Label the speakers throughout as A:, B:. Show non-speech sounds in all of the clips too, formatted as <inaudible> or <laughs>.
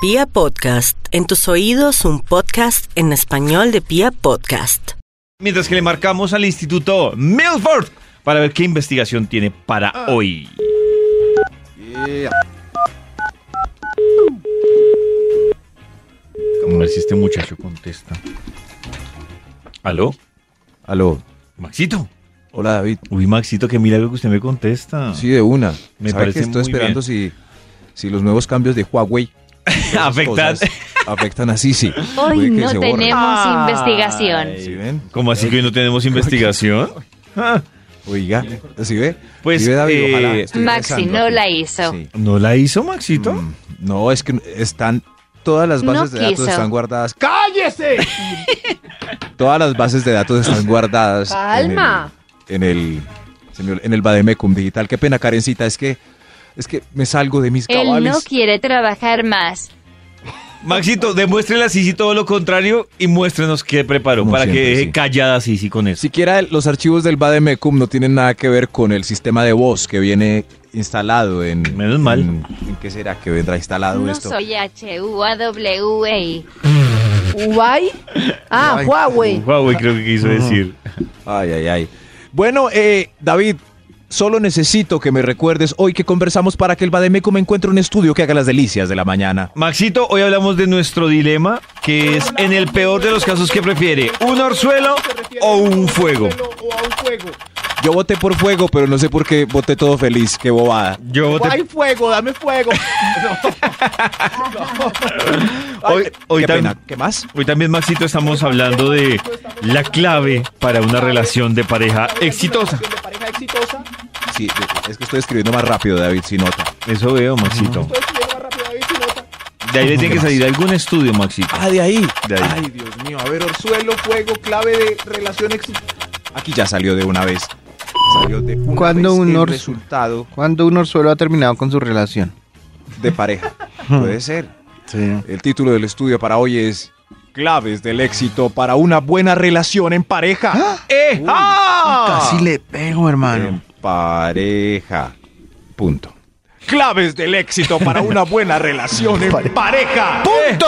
A: Pia Podcast, en tus oídos un podcast en español de Pia Podcast.
B: Mientras que le marcamos al Instituto Milford para ver qué investigación tiene para
C: Ah.
B: hoy. A ver si este muchacho contesta. ¿Aló?
C: Aló.
B: ¿Maxito?
C: Hola, David.
B: Uy, Maxito, qué milagro que usted me contesta. <laughs>
C: Ah. Sí, de una.
B: Me parece
C: Me parece que estoy
B: muy
C: esperando si, si los nuevos cambios de Huawei
B: Afectad.
C: cosas afectan así, sí.
D: Hoy
C: Puede que
D: no
C: se borren.
D: tenemos
B: Ay.
D: investigación.
C: ¿Sí ven?
B: ¿Cómo así que hoy no tenemos
C: <laughs>
B: investigación? Ah,
C: Oiga, ¿sí ve?
B: Pues,
C: ¿Sí ve, David? Ojalá
B: eh,
C: estoy
D: Maxi
C: rezando
D: no
C: aquí.
D: la hizo.
C: Sí.
B: ¿No la hizo Maxito?
C: Mm, No, es que están... Todas las
D: No
C: bases de datos
D: quiso.
C: están guardadas. ¡Cállese! <laughs> Todas las bases de datos están guardadas.
D: Calma.
C: En el, en el, se me ol- en el Bademecum digital. Qué pena, Karencita, es que, es que me salgo de mis
D: Él
C: cabales.
D: no quiere trabajar más.
B: Maxito, demuéstrele a Sisi todo lo contrario y muéstrenos qué preparó
C: Como
B: para que
C: siempre,
B: deje
C: sí.
B: callada a Sisi con eso.
C: Siquiera el- los archivos del Bademecum no tienen nada que ver con el sistema de voz que viene instalado en...
B: Menos mal.
C: en- ¿en ¿Qué será que vendrá instalado
D: No
C: esto?
D: soy H-U-A-W-I.
E: Huawei. Ah,
C: Ay,
E: Huawei.
B: Huawei creo que quiso decir.
C: Ay, ay, ay. Bueno, eh, David, solo necesito que me recuerdes hoy que conversamos para que el Bademecum encuentre un estudio que haga las delicias de la mañana.
B: Maxito, hoy hablamos de nuestro dilema, que es en el peor de los casos que prefiere, un orzuelo o un fuego.
C: Yo voté por fuego, pero no sé por qué voté todo feliz. Qué bobada.
B: Yo voté-
E: fuego,
C: <laughs>
E: dame fuego.
B: hoy, hoy
C: qué
B: tam-
C: pena. ¿Qué más?
B: hoy también, Maxito, estamos hablando de la clave para una relación de pareja exitosa.
C: Sí, es que estoy escribiendo más rápido, David, si nota.
B: Eso veo, Maxito. De ahí le tiene que salir algún estudio, Maxito.
C: Ah, de ahí.
B: De ahí.
C: Ay, Dios mío. A ver, Orzuelo, fuego, clave de relación ex- Aquí ya salió de una vez. Salió de una
F: ¿Cuándo
C: vez
F: un
C: el
F: orzu-
C: resultado
F: ¿Cuándo un orzuelo ha terminado con su relación?
B: <laughs>
C: de pareja. Puede ser. El título del estudio para hoy es Claves del éxito para una buena relación en pareja. ¡Eh! ¡Ah!
F: Casi le pego,
C: En
F: hermano.
C: pareja. Punto. Claves del éxito para una buena relación en pareja. ¡Punto!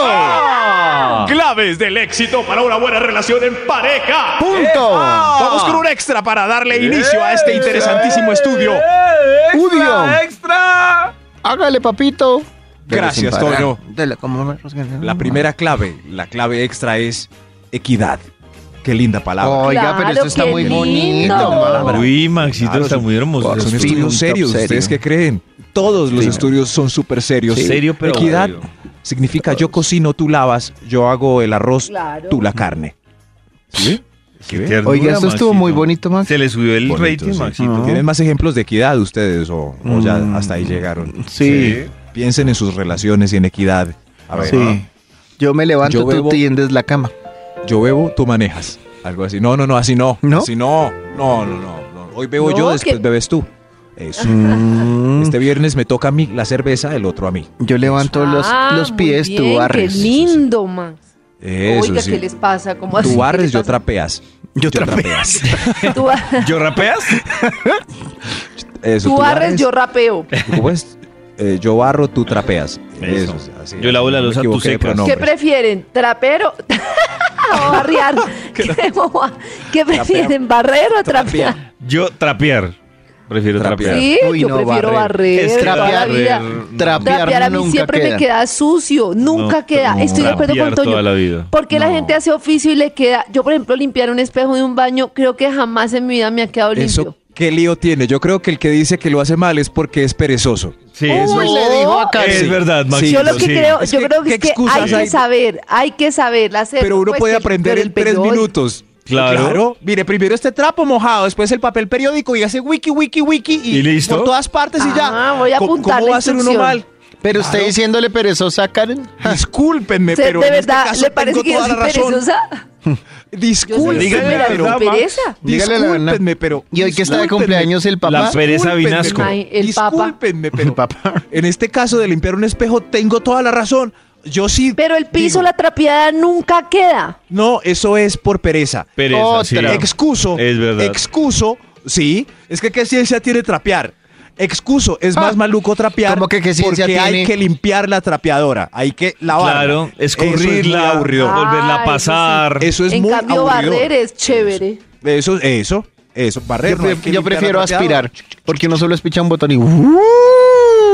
C: Claves del éxito para una buena relación en pareja.
F: ¡Punto!
C: Vamos con un extra para darle inicio a este interesantísimo estudio.
F: ¡Udio!
B: ¡Extra!
F: ¡Hágale, papito!
C: Gracias,
F: Dele sin parar.
C: Toño.
F: Dele, como me-
C: La primera clave, la clave extra es equidad. Qué linda palabra.
F: Oiga,
E: Claro,
F: pero esto está
E: qué
F: muy
E: lindo.
F: bonito,
E: Palabra.
B: Uy, Maxito,
C: Claro,
B: está
C: Ah, sí.
B: muy hermoso.
C: Son
F: Sí,
C: estudios
F: un
C: serios.
F: top
C: ¿Ustedes
F: serio.
C: qué creen? Todos los
F: Sí.
C: estudios son súper serios.
B: Sí. Serio, pero
C: Equidad
B: obvio.
C: significa yo cocino, tú lavas, yo hago el arroz,
E: Claro.
C: tú la carne. ¿Sí?
B: Qué
C: ¿Sí?
B: ternura,
F: Oiga, esto estuvo
B: Maxito.
F: muy bonito, Max.
B: Se le subió el
C: Bonito,
B: rating,
C: sí.
B: Maxito.
F: Ah.
C: ¿Tienen más ejemplos de equidad ustedes o, o ya
F: Mm,
C: hasta ahí llegaron?
F: sí.
C: Piensen en sus relaciones y en equidad. A ver,
F: Sí. Yo me levanto,
C: Yo bebo-
F: tú tiendes la cama.
C: yo bebo, tú manejas. Algo así. No, no, no, así no.
F: ¿No?
C: Así no. No, no, no. no. Hoy bebo
E: No,
C: yo,
E: que-
C: después bebes tú. Eso.
B: Ah.
C: Este viernes me toca a mí la cerveza, el otro a mí.
F: Yo levanto los,
E: Ah,
F: los
E: muy
F: pies, tú
E: bien,
F: barres.
E: Qué lindo, man.
C: Eso
E: Oiga,
C: sí.
E: ¿qué les pasa? ¿Cómo así?
C: Tú barres,
E: ¿Qué
C: yo
E: les pasa?
C: trapeas.
F: Yo
B: <laughs>
C: trapeas.
E: Tú, <laughs>
C: Ah.
E: ba-
B: ¿Yo rapeas?
C: Eso,
E: tú barres, yo rapeo.
C: ¿Cómo es? Eh, yo barro, tú trapeas.
B: Eso.
C: Eso. sí, así
B: Yo lavo la
C: No me
B: loza, tú
C: equivoqué de
B: secas.
C: pronombres.
E: ¿Qué prefieren? ¿Trapero? <laughs> o ¿Barrear? ¿Qué, <laughs> boba- qué prefieren? ¿Barrer o trapear?
B: Yo trapear. Prefiero trapear.
C: Trapear.
E: Sí,
F: Uy,
E: yo
F: no,
E: prefiero
F: barrer.
E: barrer.
B: Es que
E: toda la
F: trapear, eh,
E: vida.
B: barrer-
E: Trapear a
F: Trapear
E: mí
F: nunca
E: siempre
F: queda.
E: me queda sucio, nunca
B: No,
E: queda.
B: no,
E: Estoy de acuerdo con
B: trapear
E: Toño.
B: toda la vida.
E: ¿Por qué la gente hace oficio y le queda? Yo, por ejemplo, limpiar un espejo de un baño, creo que jamás en mi vida me ha quedado
C: Eso,
E: limpio.
C: ¿qué lío tiene? Yo creo que el que dice que lo hace mal es porque es perezoso.
B: Sí,
E: Uy,
B: eso
E: le dijo a
B: es verdad, Maxito.
E: yo lo que
B: sí.
E: creo,
C: Es
E: yo
C: que,
E: creo que
C: ¿qué
E: es que
C: excusas
E: hay que
C: hay?
E: saber, hay que saber hacerlo.
C: Pero uno
E: pues,
C: puede
E: el-
C: aprender
E: pero
C: en
E: el
C: tres
E: peor-
C: minutos.
B: Claro.
C: Mire, primero este trapo mojado, después el papel periódico y hace wiki, wiki, wiki
B: ¿Y listo?
C: por todas partes y ya.
E: Ah, voy a
C: ¿Cómo-
E: apuntar
C: ¿Cómo
E: la
C: va a ser uno
E: instrucción.
C: mal?
E: <laughs>
F: Pero usted
C: Claro.
F: diciéndole perezosa, Karen.
C: Discúlpenme,
E: Se-
C: pero
E: ¿De
C: en este
E: verdad
C: caso
E: le parece
C: tengo
E: que yo
C: toda
E: soy
C: la razón.
E: perezosa?
C: Discúlpenme,
B: Dígale la
C: pero...
B: verdad, Max.
E: pereza.
F: Dígale la verdad.
C: Discúlpenme, pero...
F: Y hoy que está de
C: discúlpenme.
F: cumpleaños el papá.
B: La pereza
C: Discúlpenme,
B: vinasco.
C: pero-
E: Ay, el papa.
C: Discúlpenme, pero...
F: El papá.
C: En este caso de limpiar un espejo, tengo toda la razón. Yo sí...
E: Pero el piso,
C: digo,
E: la trapeada nunca queda.
C: No, eso es por pereza.
B: Pereza,
F: Otra.
B: sí.
C: Excuso.
B: Es verdad.
C: Excuso. Sí. Es que qué ciencia tiene trapear. Excuso, es más
F: Ah.
C: maluco trapear
F: Como que qué
C: porque
F: ciencia
C: hay
F: tiene.
C: que limpiar la trapeadora, hay que lavarla.
B: Claro,
C: ah, Eso es muy
B: escurrirla,
C: aburrido.
B: volverla
E: Ah,
B: a
E: eso
B: pasar.
C: Eso es
E: en
C: muy
E: cambio,
C: aburridor.
E: barrer es chévere.
C: Eso, eso, eso, barrer.
F: Yo,
C: no hay
F: pre-
C: que
F: yo
C: limpiar la
F: prefiero
C: trapeadora.
F: aspirar, porque uno solo es picha un botón y...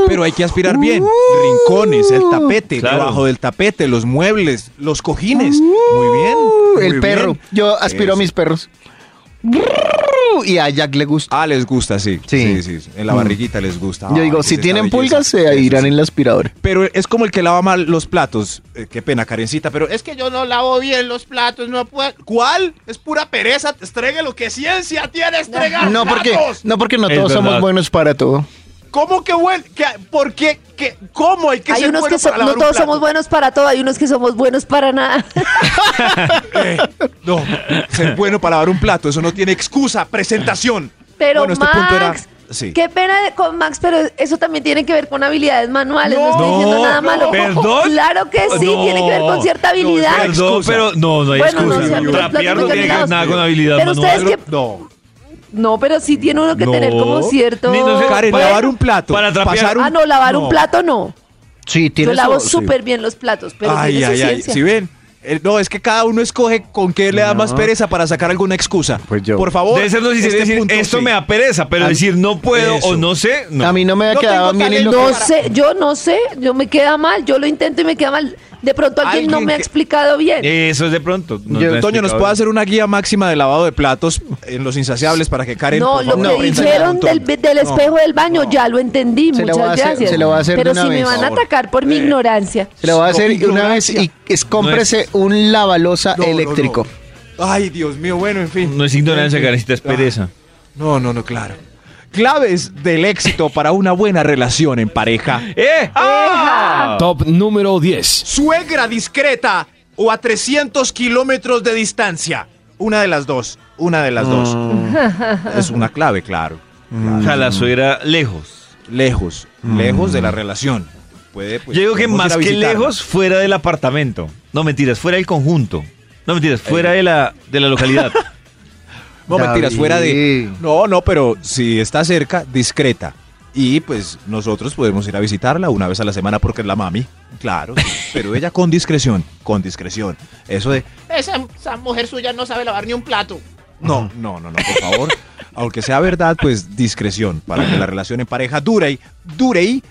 C: Pero hay que
F: Uh.
C: aspirar bien. Rincones, el tapete,
B: Claro.
C: debajo del tapete, los muebles, los cojines. Muy bien. muy
F: Uh. el
C: bien.
F: perro. Yo aspiro a
C: Eso.
F: mis perros. Y a Jack le gusta.
C: Ah, les gusta, sí. Sí,
F: Sí. Mm.
C: sí. sí. En la barriguita les gusta.
F: Yo
C: Ah,
F: digo,
C: es
F: si
C: esta
F: tienen
C: belleza.
F: pulgas, se
C: Eso
F: irán
C: sí.
F: en la aspiradora.
C: Pero es como el que lava mal los platos. Eh, qué pena, Karencita, pero es que yo no lavo bien los platos, no puedo. ¿Cuál? Es pura pereza, estregue lo que ciencia tiene estregar
F: No porque,
C: platos.
F: no, porque no
B: Es
F: todos somos
B: verdad.
F: buenos para todo.
C: ¿Cómo que bueno? ¿Qué- ¿Por qué? ¿Qué- ¿Cómo hay que
E: Hay
C: ser
E: unos
C: bueno
E: que so-
C: para
E: no
C: lavar un
E: todos
C: plato?
E: somos buenos para todo, hay unos que somos buenos para nada. <laughs>
C: No, ser bueno para lavar un plato, eso no tiene excusa, presentación.
E: Pero
C: bueno, este
E: Max,
C: punto era... Sí.
E: qué pena de- con Max, pero eso también tiene que ver con habilidades manuales. No, estoy diciendo
B: No,
E: nada
B: no,
E: malo.
B: ¿perdón?
E: Claro que sí,
B: No,
E: tiene que ver con cierta
B: no,
E: habilidad.
B: Perdón,
C: excusa.
B: pero no, no hay
E: Bueno,
C: no,
B: excusa.
C: sí, a mí los
B: Trapear no
C: platos me
B: tiene que ver
C: quedan
B: nada
C: feos.
B: con habilidad
E: Pero
B: manual.
E: ustedes que-
C: No.
E: No, pero sí tiene uno que
B: No.
E: tener como cierto.
B: Ni no se-
C: Karen,
B: Bueno,
C: lavar un plato,
B: para trapear.
C: pasar un...
E: Ah, no, lavar
C: No.
E: un plato no.
F: Sí,
E: Yo
F: tiene
E: lavo
F: su-
E: súper bien los platos, pero tiene su ciencia.
C: ¿Sí ven? Eh, No, es que cada uno escoge con qué le da más pereza para sacar alguna excusa.
F: Pues yo.
C: Por favor.
B: Debe ser lo difícil
C: este
B: decir,
C: punto
B: esto
C: sí.
B: me da pereza, pero
C: Al-
B: decir no puedo
C: Eso.
B: o no sé, no.
F: A mí no me
C: No
F: quedaban
C: tengo
F: bien en lo
E: No
F: que...
C: talento.
E: sé, yo no sé, yo me queda mal, yo lo intento y me queda mal. De pronto alguien, no
C: Alguien
E: me ha
C: que- Eh,
E: explicado bien.
B: Eso es de pronto. no
F: Yo-
B: me ha
C: Toño, ¿nos
B: explicado.
C: puede hacer una guía máxima de lavado de platos en Los Insaciables para que Karen...
E: no,
C: por
E: lo
C: favor,
E: que
C: aprenda un
E: dijeron
C: montón?
E: del, del
C: No.
E: espejo del baño, ya lo entendí,
F: Se lo
E: muchas
F: voy a hacer-
E: gracias.
F: se lo voy a hacer de
E: pero
F: una
E: si me
F: vez.
E: van a
C: Por
E: atacar por mi ignorancia.
F: Se lo voy a hacer
C: No,
F: una vez y es, cómprese un lavalosa
C: No, no, no.
F: eléctrico.
C: Ay, Dios mío, bueno, en fin.
B: No es ignorancia, Karencita, es
C: Ah.
B: pereza.
C: No, no, no, claro. Claves del éxito para una buena relación en pareja.
B: ¡Eh! ¡Ah!
G: Top número 10.
C: Suegra discreta o a 300 kilómetros de distancia. Una de las dos, una de las dos.
B: Mm.
C: Es una clave, claro.
B: O sea, la suegra lejos.
C: Lejos, lejos de la relación. Puede, pues,
B: Mm. Yo digo que
C: podemos ir
B: más
C: a
B: que
C: visitarla.
B: lejos, fuera del apartamento. No mentiras, fuera del conjunto. No mentiras, fuera
C: Eh.
B: de la, de la localidad.
C: <laughs> No, mentiras,
F: David.
C: fuera de... No, no, pero si está cerca, discreta. Y pues nosotros podemos ir a visitarla una vez a la semana porque es la mami. Claro, sí. pero ella con discreción, con discreción. Eso de...
H: Esa, esa mujer suya no sabe lavar ni un plato.
C: No, no, no, no, por favor. Aunque sea verdad, pues discreción para que la relación en pareja dure y dure y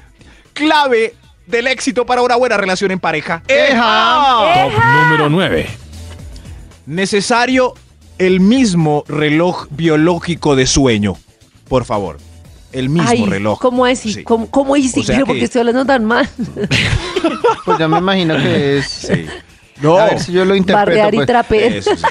C: clave del éxito para una buena relación en pareja. Ah.
G: Top número 9.
C: Necesario el mismo reloj biológico de sueño, por favor. El mismo
E: Ay,
C: reloj.
E: ¿Cómo es? ¿Y
C: Sí.
E: ¿Cómo, cómo es?
C: O sea
E: Pero
C: que-
E: porque estoy hablando
C: <laughs>
E: tan mal.
F: Pues ya me imagino que es...
C: Sí. Oh. No.
F: A ver si yo lo interpreto.
E: Barrear y
F: pues.
E: trapear.
C: Eso sí.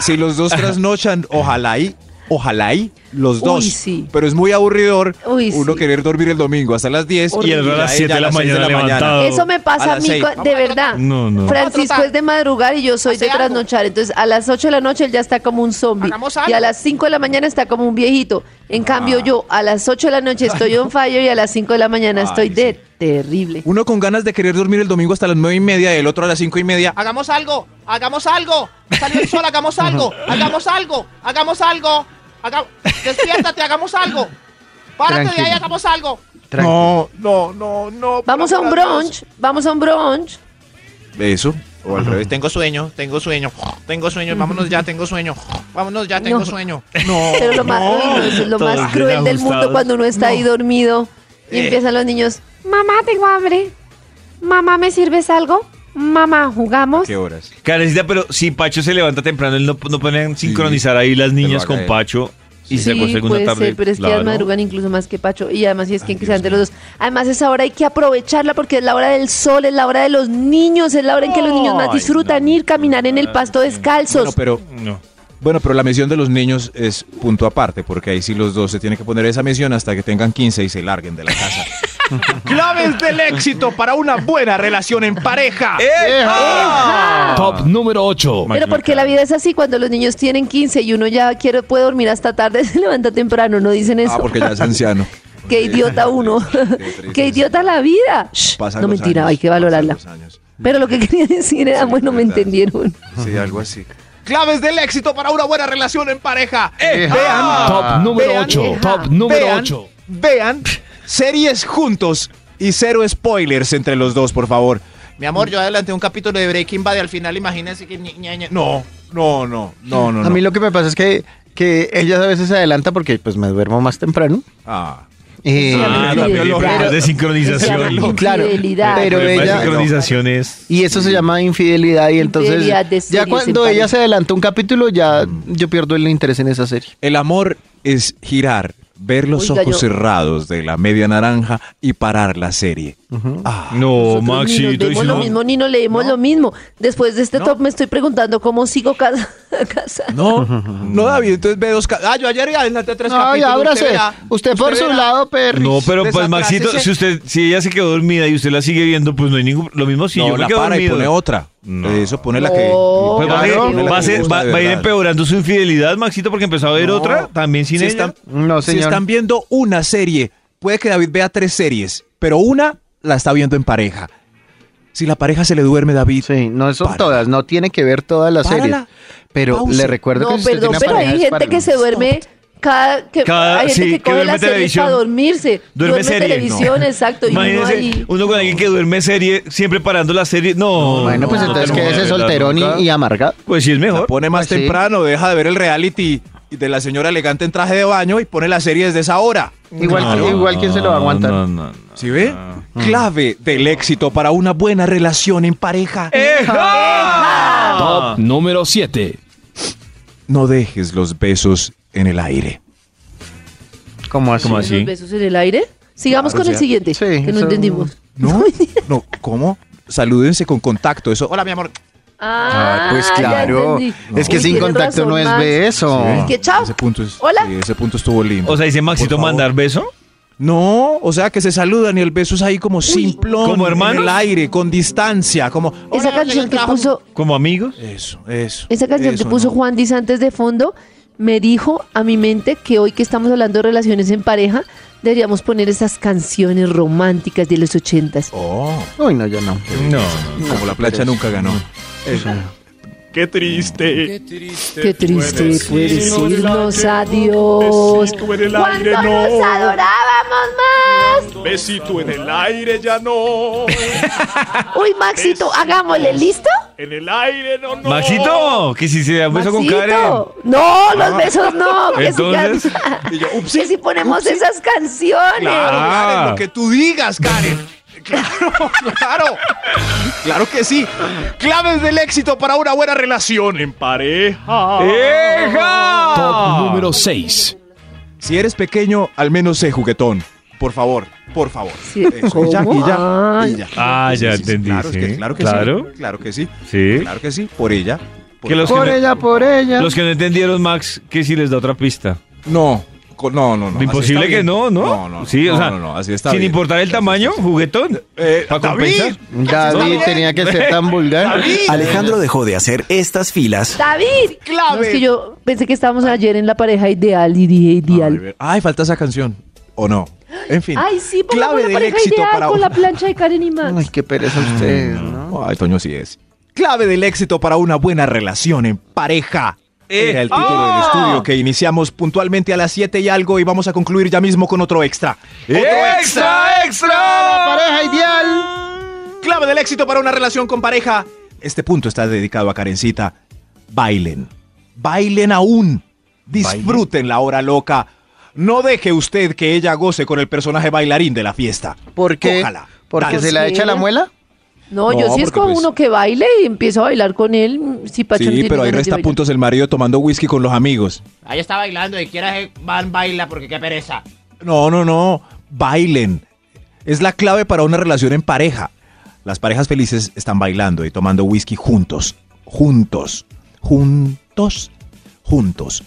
C: Si los
E: <laughs>
C: dos trasnochan, ojalá y, ojalá y, los
E: Uy,
C: dos.
E: sí.
C: Pero es muy aburridor
E: Uy,
C: uno
E: sí.
C: querer dormir el domingo hasta las 10
B: Y el otro a las
C: ella
B: siete de la
C: seis
B: mañana levantado.
E: Eso me
C: A
E: pasa a
C: las
E: mí,
C: seis.
E: cua- de verdad.
B: No, no.
E: Francisco es de madrugar y yo soy de
H: Hace algo.
E: trasnochar. Entonces, a las 8 de la noche él ya está como un zombie.
H: Hagamos
E: Y
H: algo.
E: a las 5 de la mañana está como un viejito. En
C: Ah.
E: cambio, yo a las 8 de la noche estoy on fire y a las 5 de la mañana
C: Ay,
E: estoy
C: sí.
E: de terrible.
C: Uno con ganas de querer dormir el domingo hasta las nueve y media, el otro a las cinco y media. Ah,
H: Hagamos algo, hagamos algo. Salió el sol, hagamos algo, hagamos algo, hagamos algo. haga- Despiértate, hagamos algo. Párate de ahí,
F: Tranquilo.
H: hagamos algo.
C: No, no, no, no.
E: Vamos a un brunch, vamos a un brunch.
C: <laughs> Eso. O al revés.
H: Tengo sueño, tengo sueño, tengo sueño. Vámonos ya, tengo sueño. Vámonos ya,
E: tengo No.
H: sueño.
E: Pero lo más, uy, no, eso es lo
B: Todos
E: más cruel del mundo
B: desajustados.
E: cuando uno está ahí dormido
C: Eh.
E: y empiezan los niños.
I: Mamá, tengo hambre. Mamá, ¿me sirves algo? Mamá, ¿jugamos?
C: ¿Qué horas?
B: Karencita, pero si Pacho se levanta temprano, él no, no pueden sincronizar ahí las niñas
C: haga
B: con
C: él.
B: Pacho y se acuesta alguna
E: puede
B: tarde.
E: ser, pero es que
B: Claro.
E: ellas madrugan incluso más que Pacho. Y además, si es que
C: Ay,
E: que
C: Dios
E: sean de los dos. Además, esa hora hay que aprovecharla porque es la hora del sol, es la hora de los niños, es la hora en que los niños más disfrutan ir, caminar en el pasto
C: Bueno,
E: descalzos.
C: pero,
B: No.
C: bueno, pero la misión de los niños es punto aparte, porque ahí sí los dos se tienen que poner esa misión hasta que tengan 15 y se larguen de la casa.
E: <laughs>
C: Ah, Claves del éxito para una buena relación en pareja.
H: Eh.
G: Top número 8.
E: Pero porque la vida es así, cuando los niños tienen 15 y uno ya quiere, puede dormir hasta tarde, <laughs> se levanta temprano, no dicen eso.
C: Ah, porque ya es anciano.
E: <laughs>
C: <laughs>
E: Qué idiota uno. <laughs> Qué idiota la vida. Shh,
C: Pasan
E: no
C: los
E: mentira,
C: años,
E: hay que valorarla.
C: pasan los años.
E: Pero lo que <laughs> quería decir era,
C: Sí,
E: bueno, me
C: verdad.
E: entendieron.
C: Sí, algo así.
H: Claves del éxito para una buena relación en pareja.
F: Ejá.
G: Top número
C: Vean,
G: 8.
E: hija,
G: Top número
C: Eh. vean.
G: 8.
C: vean series juntos y cero spoilers entre los dos, por favor.
H: Mi amor, yo adelanté un capítulo de Breaking Bad y al final imagínense que... ñe, ñe, ñe. No.
C: No, no, no, no.
F: A mí
C: no.
F: lo que me pasa es que, que ellas a veces se adelanta porque pues me duermo más temprano.
C: Ah.
F: Eh,
B: Ah, la película de
E: <laughs> Claro,
B: sincronización.
F: claro,
E: Infidelidad.
F: pero
B: La
F: ella-
B: sincronización es...
F: Y eso se llama infidelidad y entonces
E: Infidelidad de
F: ya
E: series
F: cuando
E: en
F: ella
E: pareja.
F: se adelanta un capítulo ya
B: Mm.
F: yo pierdo el interés en esa serie.
C: El amor es girar, ver los
E: Oiga,
C: ojos
E: yo-
C: cerrados de la media naranja y parar la serie. Ah,
B: No,
E: Nosotros ni nos
B: Maxito. y
E: vemos
B: si
E: lo
B: no-
E: mismo, ni nos leemos lo mismo. Después de este top me estoy preguntando cómo sigo <laughs> casa.
C: No, no, David, entonces ve dos... ca- Ah, yo ayer adelanté tres
F: Ay,
C: capítulos.
F: ábrase. Usted,
C: verá.
F: por
C: Usted
F: su
C: verá.
F: lado, Perry.
B: No, pero pues
C: Desaplácese.
B: Maxito, si usted, si ella se quedó dormida y usted la sigue viendo, pues no hay ningún, lo mismo si
C: no,
B: yo me
C: la
B: quedo
C: para y
B: dormido.
C: pone otra. Eso pone la
E: No.
C: que.
F: Oh,
B: Pues va a
E: Claro,
B: ser-
E: pone la
B: va, a
E: que
B: ser- va-
E: le
B: va a ir
C: empeorando.
B: empeorando su infidelidad, Maxito, porque empezó a ver
C: No.
B: otra también sin
C: si
B: ella.
C: están,
F: No,
C: si
F: señor.
C: están viendo una serie, puede que David vea tres series, pero una la está viendo en pareja. Si la pareja se le duerme, David.
F: Sí, no son
C: Para.
F: todas, no tiene que ver todas las
C: Párala.
F: series. Pero
C: Pause.
F: le recuerdo
E: No,
F: que si usted
E: perdón,
F: tiene
E: pero
F: pareja,
E: hay
F: es
E: gente
F: para-
E: que se duerme cada que
B: Cada-
E: hay gente
B: sí,
E: que
B: que
E: coge
B: duerme
E: la serie
B: televisión.
E: para dormirse.
B: Duerme serie.
E: televisión, exacto. Y uno
B: Imagínese,
E: ahí-
B: uno con alguien que duerme serie, siempre parando la serie. No.
F: Bueno, pues
B: no
F: entonces
B: tenemos
F: que ese
B: verdad
F: solterón
B: nunca.
F: y, y amargado.
B: Pues sí es
C: La
B: mejor.
C: pone más
F: Pues sí.
C: temprano, deja de ver el reality de la señora elegante en traje de baño y pone la serie desde esa hora.
F: Igual, que- igual quién se lo va a aguantar.
B: No, no, no.
C: ¿Sí ve?
B: Ah.
C: Clave del éxito para una buena relación en pareja.
G: Top número 7.
C: No dejes los besos en el aire.
F: ¿Cómo así?
B: Ah, ¿Cómo así?
E: ¿Los besos en el aire? Sigamos
C: Claro,
E: con el
C: o sea,
E: siguiente,
F: Ah, sí,
E: que no
F: eso-
E: entendimos. <laughs>
C: ¿No? No, ¿cómo? Salúdense con contacto. Eso. Hola, mi amor.
F: Ah, pues
E: ya
F: claro.
E: entendí.
F: Es que
E: Uy,
F: sin
E: tienes
F: contacto
E: razón,
F: no es
E: Max.
F: beso.
E: Es que chao.
C: Ese punto es-
E: Hola.
C: sí, ese punto estuvo lindo.
B: O sea, dice Maxito
C: Por favor.
B: mandar beso.
C: No, o sea que se saludan y el beso es ahí como simplón,
B: ¿Como hermanos?
C: en el aire, con distancia, como
E: Esa canción que puso,
B: Como amigos.
C: eso, eso.
E: esa canción
C: eso,
E: que puso
C: no.
E: Juan Diz antes de fondo me dijo a mi mente que hoy que estamos hablando de relaciones en pareja, deberíamos poner esas canciones románticas de los ochentas.
C: Oh,
F: Uy, no, yo no.
B: No.
C: como la plancha nunca ganó.
B: Qué triste.
E: Qué triste fue decirnos adiós. ¿Cuánto nos adorábamos más?
B: Besito en el aire ya no.
E: Uy, Maxito, hagámosle, ¿listo?
B: En el aire no, no. Maxito, que si se da un beso con
E: Maxito.
B: Karen.
E: No, los besos no. Que si,
B: Entonces,
E: can-
C: Ah. y yo, upsi,
E: que si ponemos esas canciones.
C: Karen,
B: Ah.
C: lo que tú digas, Karen. <laughs> Claro, claro. Claro que sí. Claves del éxito para una buena relación en pareja.
B: ¡Eja!
G: Top número 6.
C: Si eres pequeño, al menos sé juguetón. Por favor, por favor.
E: Sí,
C: Eso, y ya,
E: ¿cómo?
C: y ya,
E: Ay.
C: y ya.
B: Ah, ya entendí,
C: Claro, es que-
B: sí.
C: claro que
B: Claro.
C: sí. Claro que sí.
B: Sí.
C: Claro que sí. Por ella. por
B: Que
C: ella.
B: los que,
F: Por
B: no,
F: ella, por ella.
B: los que no entendieron, Max, que si les da otra pista.
C: No, co- no, no, no.
B: Lo imposible
C: así está
B: que
C: bien.
B: no, ¿no?
C: No, no.
B: Sí, o
C: no,
B: sea,
C: no, no, así está
B: sin
C: bien.
B: importar el
C: Así está
B: tamaño,
C: bien.
B: juguetón.
C: Eh,
B: ¿Para
C: David,
B: compensar?
F: David tenía que ser tan vulgar.
J: Alejandro dejó de hacer estas filas
E: David. No, es que yo pensé que estábamos ayer en la pareja ideal, y dije
C: Ay,
E: ideal.
C: ver- Ay, falta esa canción. ¿O no? En fin.
E: Ay, sí, pongamos
C: clave
E: la
C: del
E: pareja
C: éxito
E: ideal
C: para
E: con la
C: una...
E: plancha de Karen y Max.
F: Ay, qué pereza ustedes, ¿no?
C: Ay, Toño, sí es. Clave del éxito para una buena relación en pareja.
B: Eh,
C: Era el título
F: ¡Oh!
C: del
B: ah.
C: estudio que iniciamos puntualmente a las 7 y algo y vamos a concluir ya mismo con otro extra.
B: ¡Extra, extra!
F: Pareja ideal.
C: Clave del éxito para una relación con pareja. Este punto está dedicado a Karencita. Bailen. Bailen aún. Disfruten la hora loca. No deje usted que ella goce con el personaje bailarín de la fiesta.
F: ¿Por qué?
C: Cójala.
F: ¿Porque
C: Dance.
F: se la echa la muela?
E: No, yo
C: No,
E: sí es
C: porque
E: como
C: pues-
E: uno que baile y empiezo a bailar con él. Sí, Pacho, no
C: Sí,
E: tiene
C: pero ahí
E: ganas de
C: resta
E: bailar.
C: puntos el marido tomando whisky con los amigos.
H: Ahí está bailando y quieras eh, van baila porque qué pereza.
C: No, no, no. Bailen. Es la clave para una relación en pareja. Las parejas felices están bailando y tomando whisky juntos. Juntos. Juntos. Juntos.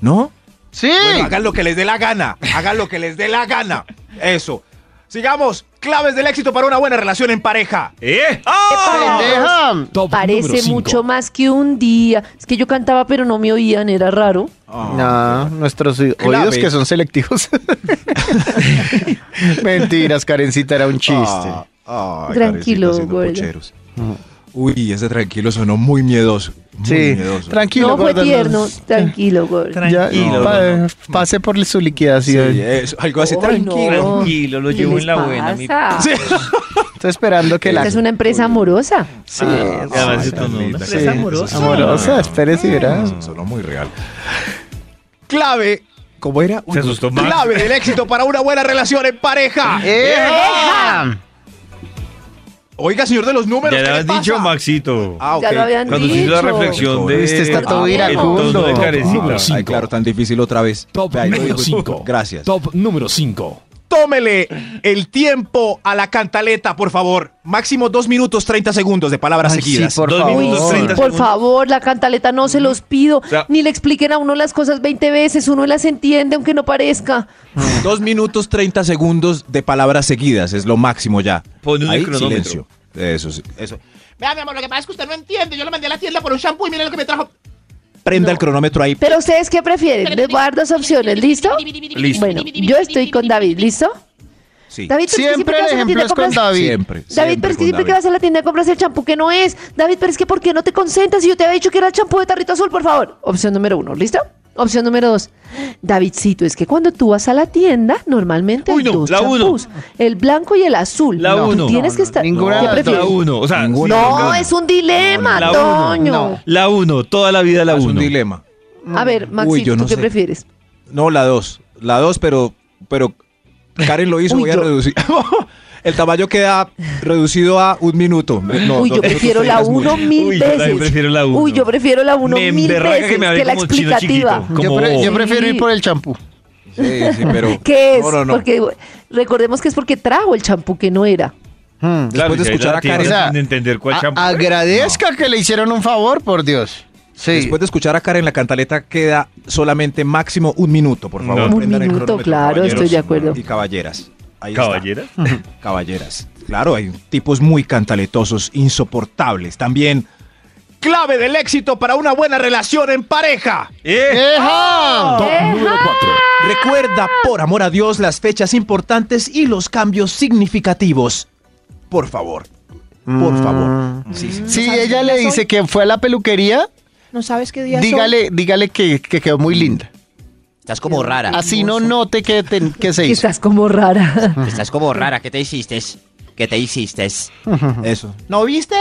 C: ¿No?
F: Sí.
C: Bueno, hagan lo que les dé la gana. Hagan lo que les dé la gana. Eso. Sigamos. Claves del éxito para una buena relación en pareja.
B: ¡Eh!
F: Pendeja.
G: Top número
E: Parece
G: cinco.
E: mucho más que un día. Es que yo cantaba, pero no me oían, era raro.
F: No, nuestros oí-
C: Clave.
F: oídos que son selectivos. Mentiras, Karencita era un chiste.
C: Ah, ay, Karencita
E: Tranquilo,
C: haciendo
E: gordo.
C: pucheros. Uy, ese tranquilo sonó muy miedoso.
F: Sí,
B: miedoso.
F: tranquilo.
E: No fue
F: Gordon,
E: tierno,
F: nos-
E: tranquilo, gordo.
F: Ya,
B: Tranquilo,
F: pa-
B: Gordon.
F: pase por su liquidación.
C: Sí, eh. eso, algo así.
E: Ay,
C: tranquilo.
E: no. Ah,
B: Tranquilo, lo
E: ¿Qué
B: llevo
E: les
B: en la buena, mi-
E: pasa?
C: Sí.
F: Estoy esperando que la...
E: Esta es una empresa amorosa.
F: Sí,
B: Ah,
F: sí,
B: además,
F: sí,
B: esto no-
F: sí,
B: ¿Es amorosa?
F: Amorosa, espérese y verá.
C: <laughs>
E: Ah.
C: Sonó muy real. Clave. ¿Cómo era?
B: Se asustó más.
C: Clave del éxito para una buena relación en pareja.
F: ¡Eh! ¡Eja!
C: Oiga, señor de los números.
B: Ya le
C: ¿qué le
B: habías
C: pasa?
B: dicho, Maxito.
C: Ah, ok.
E: Ya lo habían
B: Cuando se hizo la
E: dicho.
B: reflexión de. Ah,
F: Este está todo
B: el
F: iracundo.
B: tono de
G: Top
B: carecita.
G: número
C: Ay,
G: 5.
C: claro, tan difícil otra vez.
G: Top
C: Ay, lo
G: número
C: dijo.
G: 5.
C: Gracias.
G: Top número 5.
C: Tómele el tiempo a la cantaleta, por favor. Máximo 2 minutos 30 segundos de palabras
F: Ay, sí,
C: seguidas.
F: por
B: Dos
F: favor.
B: minutos treinta
E: Por favor, la cantaleta no se los pido.
B: sea-
E: Ni le expliquen a uno las cosas 20 veces. Uno las entiende, aunque no parezca.
C: Dos minutos 30 segundos de palabras seguidas, es lo máximo ya.
B: Pon un
C: Ahí,
B: cronómetro.
C: silencio. Eso sí. Eso.
H: Vea, mi amor, lo que pasa es que usted no entiende. Yo lo mandé a la tienda por un shampoo y mire lo que me trajo.
C: Prenda el cronómetro ahí.
E: Pero ustedes qué prefieren? Les voy a dar dos opciones, ¿listo?
B: Listo.
E: Bueno, yo estoy con David, ¿listo?
C: Sí.
E: David, pero es que
F: Siempre el
E: vas a la
F: ejemplo
E: tienda
F: es con
E: compras-
F: David.
C: Siempre.
E: David, pero es que siempre que vas a la tienda compras el champú que no es. David, pero es que ¿por qué no te concentras? Si yo te había dicho que era el champú de tarrito azul, por favor. Opción número uno, ¿listo? Opción número dos. Davidcito, es que cuando tú vas a la tienda, normalmente
B: Uy,
E: hay
B: no,
E: dos
B: la uno.
E: champús. El blanco y el azul.
B: La
E: Tú
B: uno.
E: tienes
F: No,
E: que
F: no,
E: estar...
F: ninguna
E: ¿Qué
F: de las dos.
B: La
E: prefieres?
B: 1, o sea,
C: Ninguna.
E: No, es un dilema,
B: La uno.
E: Toño.
F: No.
B: la 1, toda la vida la
C: Es
B: 1.
C: un dilema.
E: A ver, Maxito,
C: yo no
E: ¿tú qué
C: sé.
E: prefieres?
C: No, la dos. La dos, pero, pero Karen lo hizo,
E: Uy,
C: voy a
E: yo-
C: reducir. <laughs> el tamaño queda reducido a un minuto. No,
E: Uy,
C: dos
E: yo
C: minutos
E: prefiero la
C: 30 es mucho.
E: uno mil
B: Uy, yo
E: veces.
B: también prefiero la uno.
E: Uy, yo prefiero la uno
B: Me
E: mil
B: emberraca que
E: veces
B: me
E: que,
B: hable
E: la
B: como chino
E: explicativa.
B: chiquito.
F: Yo,
B: Como
F: pre- yo
B: bobo.
F: prefiero ir por el champú.
C: Sí, sí, pero.
E: <laughs> ¿Qué es?
C: No, no, no.
E: Porque recordemos que es porque trajo el champú que no era.
F: Hmm.
B: Claro,
C: Después de
B: y ahí
C: escuchar
B: la
C: a
B: tiene
C: Karen-
F: O sea,
B: sin entender cuál
F: a-
B: champú.
F: Agradezca que le hicieron un favor, por Dios. Sí.
C: Después de escuchar a Karen, la cantaleta queda solamente máximo un minuto, por favor.
B: No.
E: Un
C: Prendan el
E: minuto,
C: cronómetro,
E: claro,
C: caballeros
E: estoy de acuerdo.
C: Y caballeras. Ahí está.
B: ¿Caballera?
C: <laughs> Caballeras. Claro, hay tipos muy cantaletosos, insoportables. También, clave del éxito para una buena relación en pareja.
B: ¡Eh!
F: ¡Eja!
G: Top número 4.
C: Recuerda, por amor a Dios, las fechas importantes y los cambios significativos. Por favor. Por favor. Sí, sí.
F: Si ella le dice que fue a la peluquería,
H: ¿No sabes qué día es hoy?
F: dígale, dígale que, que quedó muy linda.
K: Estás como rara.
F: Así no note que, te- que se
E: Que <laughs>
F: hizo.
E: Estás como rara.
K: Estás como rara. ¿Qué te hiciste? ¿Qué te hiciste?
C: Eso.
H: ¿No viste?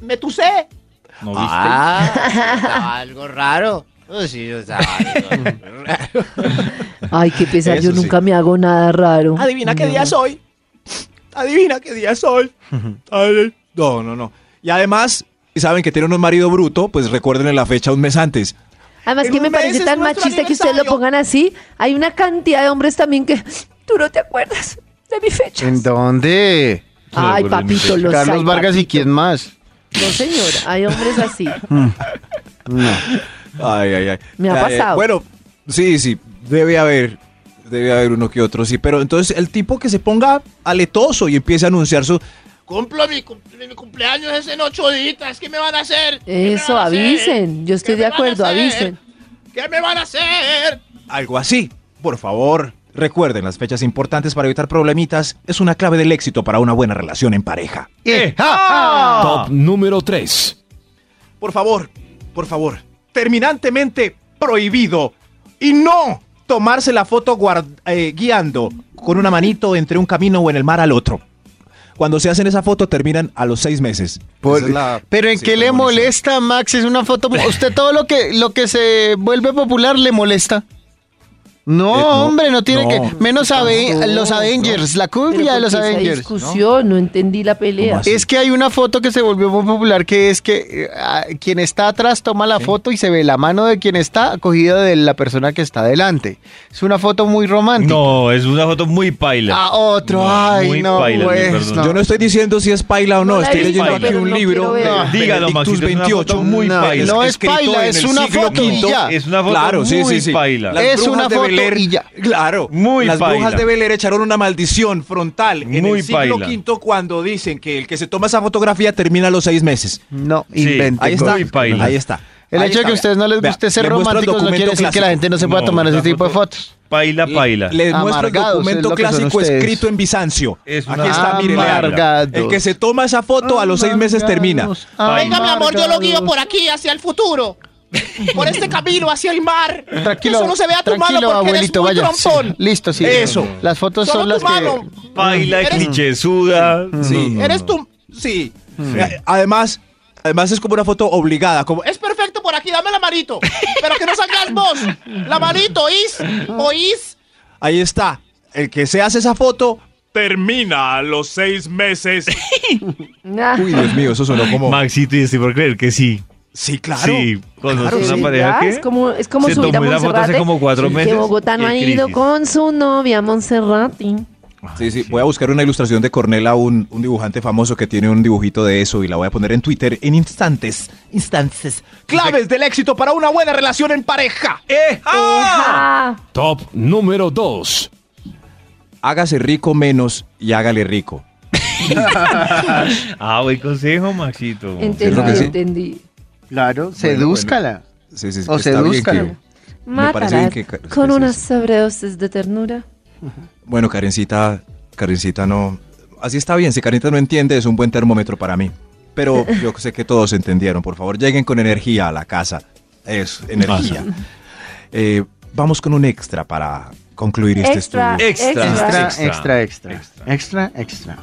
H: Me tusé.
B: ¿No viste?
K: Ah, estaba algo raro. Oh, sí, estaba algo raro.
E: Ay, qué pesar,
C: Eso
E: yo
C: sí.
E: nunca me hago nada raro.
H: Adivina qué día es hoy. Adivina qué día
C: <laughs>
H: es hoy.
C: Ay, No, no, no. Y además, si saben que tienen un marido bruto, pues recuérdenle la fecha un mes antes.
E: Además
H: En
E: que
H: un
E: me
H: mes
E: parece
H: es
E: tan
H: nuestro
E: machista que ustedes lo
H: aniversario.
E: pongan así. Hay una cantidad de hombres también que tú no te acuerdas de mi fecha.
F: ¿En dónde?
E: Ay,
B: acuerdo de mi
E: papito,
B: fecha.
E: los
F: Carlos
E: hay,
F: Vargas y
E: papito.
F: quién más.
E: No, señor, hay hombres así.
C: Ay, ay, ay.
E: Me ha
C: Ay, ay.
E: pasado.
C: Bueno, sí, sí, debe haber, debe haber uno que otro, sí. Pero entonces el tipo que se ponga aletoso y empiece a anunciar su...
H: Cumplo mi, cum- mi cumpleaños es en ocho días. ¿Qué me van a hacer? ¿Qué me
E: Eso,
H: van a hacer?
E: avisen. Yo estoy
H: ¿Qué
E: de
H: me van a
E: acuerdo,
H: hacer?
E: avisen.
H: ¿Qué me van a hacer?
C: Algo así. Por favor, recuerden las fechas importantes para evitar problemitas. Es una clave del éxito para una buena relación en pareja.
H: ¡Ah!
C: Ah.
F: ¡Eja!
G: Top número 3.
C: Por favor, por favor, terminantemente prohibido. Y no tomarse la foto guard- eh, guiando con una manito entre un camino o en el mar al otro. Cuando se hacen esa foto terminan a los seis meses.
F: Por-
C: Esa es la-
F: Pero ¿en
C: sí,
F: qué le
C: premonición.
F: molesta, Max? Es una foto. Usted todo lo que, lo que se vuelve popular le molesta. No,
C: Eh, no,
F: hombre, no tiene
C: no.
F: que. Menos Ave- los Avengers, la
E: Pero
F: cumbia de
E: ¿por
F: los
E: qué esa
F: Avengers.
E: discusión, no entendí la pelea.
C: ¿Cómo así?
F: Es que hay una foto que se volvió muy popular que es que eh, ah, quien está atrás toma la foto y se ve la mano de quien está cogida de la persona que está adelante. Es una foto muy romántica.
B: No, es una foto muy paila.
F: A otro,
B: No,
F: ay,
B: muy
F: no,
B: paila,
F: pues,
B: perdón.
F: no.
C: Yo no estoy diciendo si es paila o no,
E: No la he
C: estoy
E: visto,
C: leyendo aquí
E: pero
C: un
E: no
C: libro.
E: quiero ver.
C: de
B: Dígalo, Maxito, es
C: Benedictus
B: una foto
C: 28.
B: muy
F: No,
B: paila.
F: no es
C: escrito
F: paila,
C: en
F: es
C: el
F: una
C: siglo
F: foto y
C: V.
F: ya.
B: Es una foto
C: Claro,
B: muy
C: sí, sí, sí.
B: paila.
C: Las
F: Es
C: brujas
F: una
C: de
F: foto
C: Bel Air-
F: y ya.
C: Claro.
B: Muy
C: Las brujas
B: paila.
C: de Bel Air echaron una maldición frontal en
B: Muy
C: el siglo
B: paila.
C: V cuando dicen que el que se toma esa fotografía termina a los seis meses.
F: No,
B: Sí,
F: invente.
C: Ahí está.
B: Muy paila.
C: Ahí está.
F: El
C: Ahí
F: hecho de
C: está,
F: que a ustedes no les
C: vea.
F: guste ser
C: Les muestro el
F: románticos no quiere decir
C: documento
F: que la
C: clásico.
F: gente no se pueda
B: No,
F: tomar ese tipo de fotos.
B: Paila, paila.
C: Les muestro el
F: Amargados, es
C: documento
F: lo que son
C: clásico
F: ustedes.
C: escrito en Bizancio.
B: Es una
C: Aquí está, mire, lea.
F: Amargados.
C: El que se toma esa foto a los seis meses termina.
H: Venga, mi amor, yo lo guío por aquí, hacia el futuro. Por este camino, hacia el mar.
F: Tranquilo,
H: Que solo se vea tu mano
F: tranquilo,
H: porque
F: abuelito,
H: eres muy
F: vaya. sí,
H: trompón.
F: listo, sí.
C: Eso.
F: Las fotos
H: Solo
F: son
H: tu
F: las que...
H: mano.
B: Paila, Mm.
H: Eres-
B: clichesuda.
C: Sí.
H: Eres tu...
C: Sí.
F: Mm.
C: Eh, Además, además es como una foto obligada. Como, eh,
H: Es perfecto por aquí, dame la manito. Pero que no salgas vos. La manito, ¿oís? ¿Oís?
C: ahí está. El que se hace esa foto.
L: Termina a los seis meses.
C: Uy, Dios mío, eso sonó como.
B: Maxito, y estoy por creer que sí.
C: Sí, claro.
B: Sí, cuando
E: Claro,
B: es
E: sí,
B: una pareja
E: ¿verdad?
B: que
E: Es como, es como
B: se
E: subir a
B: tomó esa foto hace
E: Monserrate,
B: como cuatro meses
E: Que Bogotá
B: y
E: no ha
B: es
E: ido
B: crisis.
E: con su novia, Monserrate.
C: Sí, sí, voy a buscar una ilustración de Cornela, un, un dibujante famoso que tiene un dibujito de eso y la voy a poner en Twitter en instantes. Instantes.
L: Claves del éxito para una buena relación en pareja.
F: Eh.
M: Ah,
G: Top número 2.
C: Hágase rico menos y hágale rico.
B: Ah, buen consejo, Maxito.
C: creo que
E: entendí,
C: sí.
E: entendí.
F: Claro, sedúzcala.
C: Sí, sí, sí,
F: O
C: está bien
F: sedúzcala.
C: que- Me parece
E: Matará
C: bien que- que-
E: con
C: sí,
E: unas
C: sí.
E: sobredosis de ternura.
C: Bueno, Karencita, Karencita no. Así está bien, si Karencita no entiende, es un buen termómetro para mí. Pero yo sé que todos entendieron, por favor, lleguen con energía a la casa. Es energía. Eh, vamos con un extra para concluir este
M: Extra.
C: estudio.
F: Extra,
B: Extra,
F: extra, extra.
B: extra.
F: Extra, extra.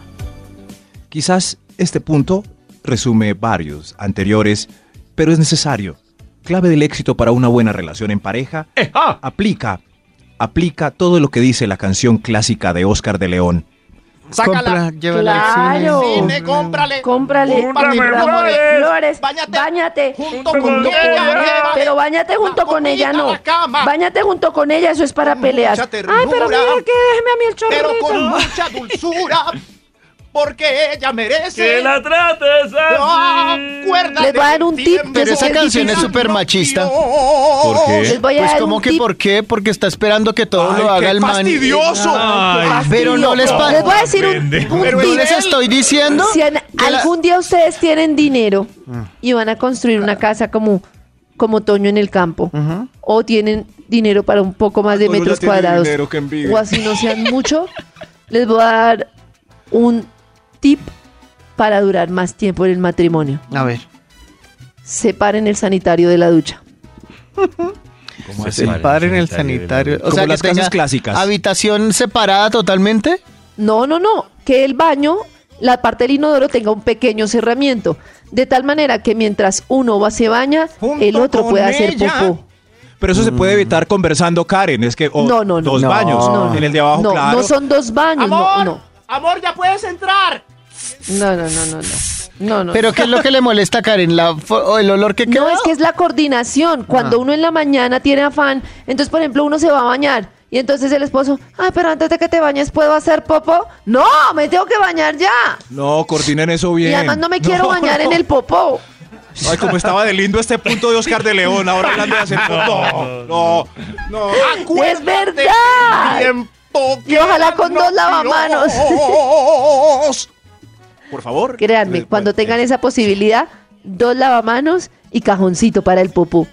C: Quizás este punto resume varios anteriores, pero es necesario. Clave del éxito para una buena relación en pareja. Aplica, aplica todo lo que dice la canción clásica de Oscar de León.
F: Compra, llévala al
E: Claro.
F: cine.
H: Cine, cómprale.
E: Cómprale,
H: Cómprale,
E: cómprale
H: flores.
E: flores,
H: Báñate.
E: báñate,
H: Junto con ella, llévale
E: pero báñate junto
H: la
E: con ella,
H: comidita a
E: no,
H: la cama.
E: báñate junto con ella, eso es para
H: Con
E: peleas.
H: mucha
E: Ay,
H: ternura.
E: pero mira que déjeme a mí el chorrito.
H: Pero con mucha dulzura. Porque ella merece.
B: trates
E: Les voy a dar un tip, que
F: Pero esa canción es súper machista.
B: ¿Por qué?
E: Les voy a
F: Pues
E: dar
F: como
E: un
F: que
E: tip.
F: por qué, porque está esperando que todo
L: Ay,
F: lo haga
L: qué
F: el man.
L: fastidioso.
B: Ay,
F: Pero no les
E: Les voy a decir un,
B: Pendejo.
E: un
F: Pero yo
E: tip.
F: les estoy diciendo.
E: Si en-
F: que la-
E: algún día ustedes tienen dinero y van a construir una casa como, como Toño en el campo, o tienen dinero para un poco más de
L: Toño ya
E: metros
L: tiene
E: cuadrados,
L: dinero, qué envidia.
E: o así no sean
L: <laughs>
E: mucho, les voy a dar un tip para durar más tiempo en el matrimonio.
F: A ver.
E: Separen el sanitario de la ducha.
B: ¿Cómo
F: Se paren en el sanitario. O
C: Como
F: sea, que
C: las casas
F: tenga
C: clásicas.
F: Habitación separada totalmente.
E: No, no, no. Que el baño, la parte del inodoro tenga un pequeño cerramiento. De tal manera que mientras uno va se baña,
C: Junto
E: el otro
C: con
E: puede hacer
C: ella.
E: popó.
C: Pero eso se puede evitar conversando, Karen. Es que o
E: no, no, no.
C: dos
E: no,
C: baños.
E: no, no.
C: en el de abajo,
E: no,
C: claro.
E: No son dos baños, no,
H: Amor,
E: no.
H: amor, ya puedes entrar.
E: No, no, no, no, no. No, no.
F: Pero ¿qué es lo que le molesta a Karen? ¿La fo- o el olor que queda?
E: no, es que es la coordinación. Cuando uno en la mañana tiene afán, entonces, por ejemplo, uno se va a bañar y entonces el esposo, ay, pero antes de que te bañes, ¿puedo hacer popó? No, me tengo que bañar ya.
C: No, coordinen eso bien.
E: Y además no me quiero
C: No,
E: bañar
C: no.
E: en el popó.
C: Ay, como estaba de lindo este punto de Oscar de León, ahora hablando de hacer No, no, no.
E: ¡Es verdad!
L: Tiempo
E: Y ojalá con dos lavamanos. <laughs>
C: Dios. Por favor.
E: Créanme, cuando tengan esa posibilidad, dos lavamanos y cajoncito para el popó.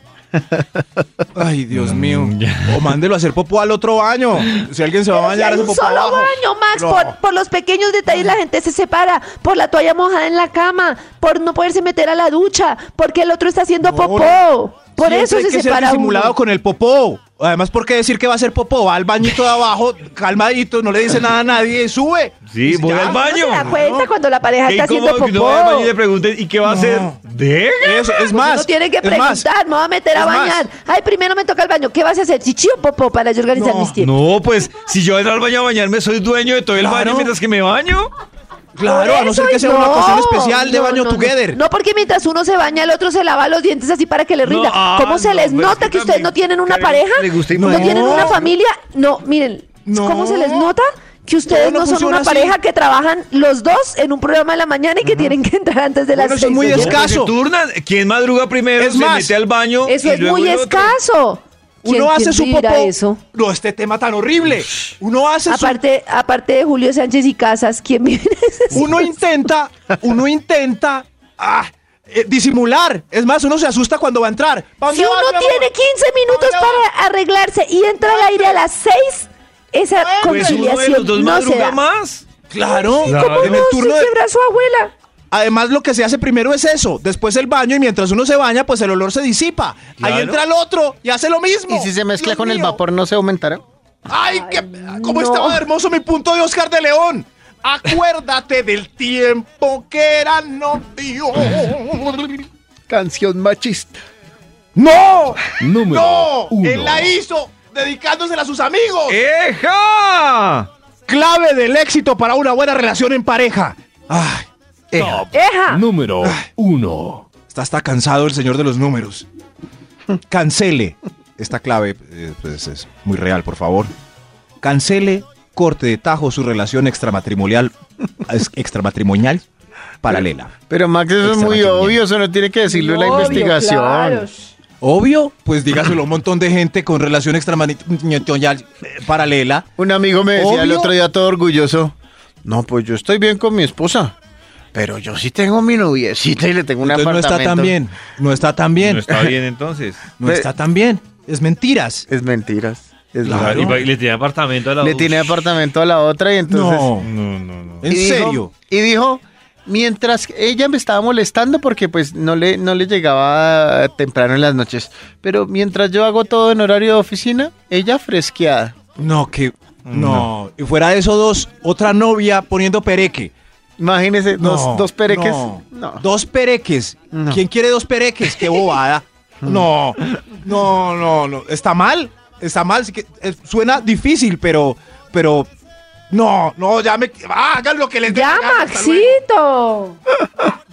C: Ay, Dios mío. O mándelo a hacer popó al otro baño. Si alguien se va a
E: Si
C: bañar,
E: hay
C: hace
E: un
C: popó
E: solo
C: abajo.
E: baño, Max,
C: No.
E: por, por los pequeños detalles la gente se separa, por la toalla mojada en la cama, por no poderse meter a la ducha, porque el otro está haciendo popó. Por
C: Siempre
E: eso
C: hay
E: se
C: que ser
E: separa
C: disimulado
E: uno.
C: con el popó. Además, ¿por qué decir que va a ser popó? Va al bañito de abajo, calmadito, no le dice nada a nadie, sube.
B: Sí, voy al
E: Uno
B: baño.
E: se da cuenta cuando la pareja
B: Qué
E: está haciendo
B: incómodo
E: popó.
B: que uno vaya al baño y le pregunten, ¿y qué va a hacer? ¿De?
C: Es, es más.
E: uno tiene que
C: es más.
E: preguntar, me voy a meter a
C: es más.
E: bañar. Ay, primero me toca el baño. ¿Qué vas a hacer? ¿Chichi o popó para yo organizar
C: No,
E: mis tiempos?
B: No, pues si yo entro al baño a bañarme, soy dueño de todo el
C: Claro.
B: baño mientras que me baño.
C: Claro,
E: Por
C: a no ser
E: eso,
C: que
E: y
C: sea una
E: no,
C: ocasión especial de
E: no,
C: baño
E: no, no.
C: together.
E: No, porque mientras uno se baña, el otro se lava los dientes así para que le
B: No,
E: rinda.
B: ah,
E: ¿Cómo se
B: no,
E: les
B: pero es
E: nota
B: que
E: que ustedes
B: también
E: no tienen una
B: Karen
E: pareja?
B: le gusta
E: ¿No
B: innovar.
E: tienen una
C: No.
E: familia? No, miren,
C: No.
E: ¿cómo se les nota? Que ustedes
C: Todo no
E: no, son
C: funciona
E: una
C: así.
E: pareja que trabajan los dos en un programa de la mañana y que tienen que entrar antes de las
C: Bueno, eso es
E: seis
C: muy
E: de la
C: Es
E: mañana.
C: escaso.
B: Se turnan. ¿Quién madruga primero?
C: Es
B: se
C: más,
B: mete al baño.
E: Eso
B: y
E: es
B: luego
E: muy
B: el otro.
E: escaso. ¿Quién-
C: Uno hace
E: quién
C: su
E: vivirá
C: popó.
E: eso?
C: No, este tema tan horrible. Uno hace
E: Aparte, aparte de Julio Sánchez y Casas, ¿quién vive en ese
C: su. Uno intenta. Uno intenta. ah,
N: eh, disimular. Es más, uno se asusta cuando va a entrar. ¿Pa' dónde
E: Si
N: vas, mi
E: uno
N: amor?
E: tiene 15 minutos para arreglarse y entra al aire a las 6, esa
B: Pues uno de
E: conciliación
B: los dos
E: no se
B: madruga
E: da.
B: más.
N: Claro,
E: ¿Y cómo
N: Ah, en el
E: no?
N: turno
E: Se
N: de-
E: quebra su abuela.
N: Además, lo que se hace primero es eso, después el baño y mientras uno se baña, pues el olor se disipa.
F: Claro.
N: Ahí entra el otro y hace lo mismo.
F: Y si se mezcla
N: Dios
F: con el
N: mío.
F: vapor, ¿no se aumentará?
N: ¡Ay, qué, cómo
F: no.
N: estaba hermoso mi punto de Oscar de León! Acuérdate del tiempo que era novio.
F: Canción machista.
N: ¡No!
G: Número
N: ¡No!
G: uno.
N: Él la hizo dedicándosela a sus amigos.
B: ¡Eja!
N: Clave del éxito para una buena relación en pareja. Ay,
G: Top
E: Eja.
G: número uno.
C: Está hasta cansado el señor de los números. Cancele. Esta clave eh, pues, es muy real, por favor. Cancele, corte de tajo su relación extramatrimonial, es- extramatrimonial paralela.
F: Pero Max, eso es muy obvio, eso no tiene que decirlo en la
E: Obvio,
F: investigación.
E: claro.
C: Obvio, pues dígaselo a un montón de gente con relación extramatrimonial eh, paralela.
F: Un amigo me decía el
C: Obvio.
F: otro día todo orgulloso. No, pues yo estoy bien con mi esposa. Pero yo sí tengo mi noviecita y le tengo un
C: Entonces no está
F: apartamento.
C: tan bien, no está tan bien,
B: No está bien entonces.
C: no está tan bien. Es mentiras.
F: Es mentiras. Es
C: Claro.
B: Y pa- y le tiene apartamento a la
F: Le tiene apartamento a la otra y entonces...
C: No,
B: No, no, no.
C: en
F: Y dijo-
C: serio.
F: y dijo, mientras ella me estaba molestando porque pues no le, no le llegaba temprano en las noches, pero mientras yo hago todo en horario de oficina, ella fresqueada.
C: No, que. No. Y fuera de eso, dos, otra novia poniendo pereque.
F: Imagínese, dos, dos pereques.
C: no.
F: No.
C: Dos pereques.
F: No.
C: ¿Quién quiere dos pereques? ¡Qué bobada! <laughs> no, no, no, no. Está mal. Está mal. sí que, eh, suena difícil, pero. pero no, no, ya me. ah, hagan lo que les dé la
E: Ya,
C: gana, hasta luego.
E: Maxito.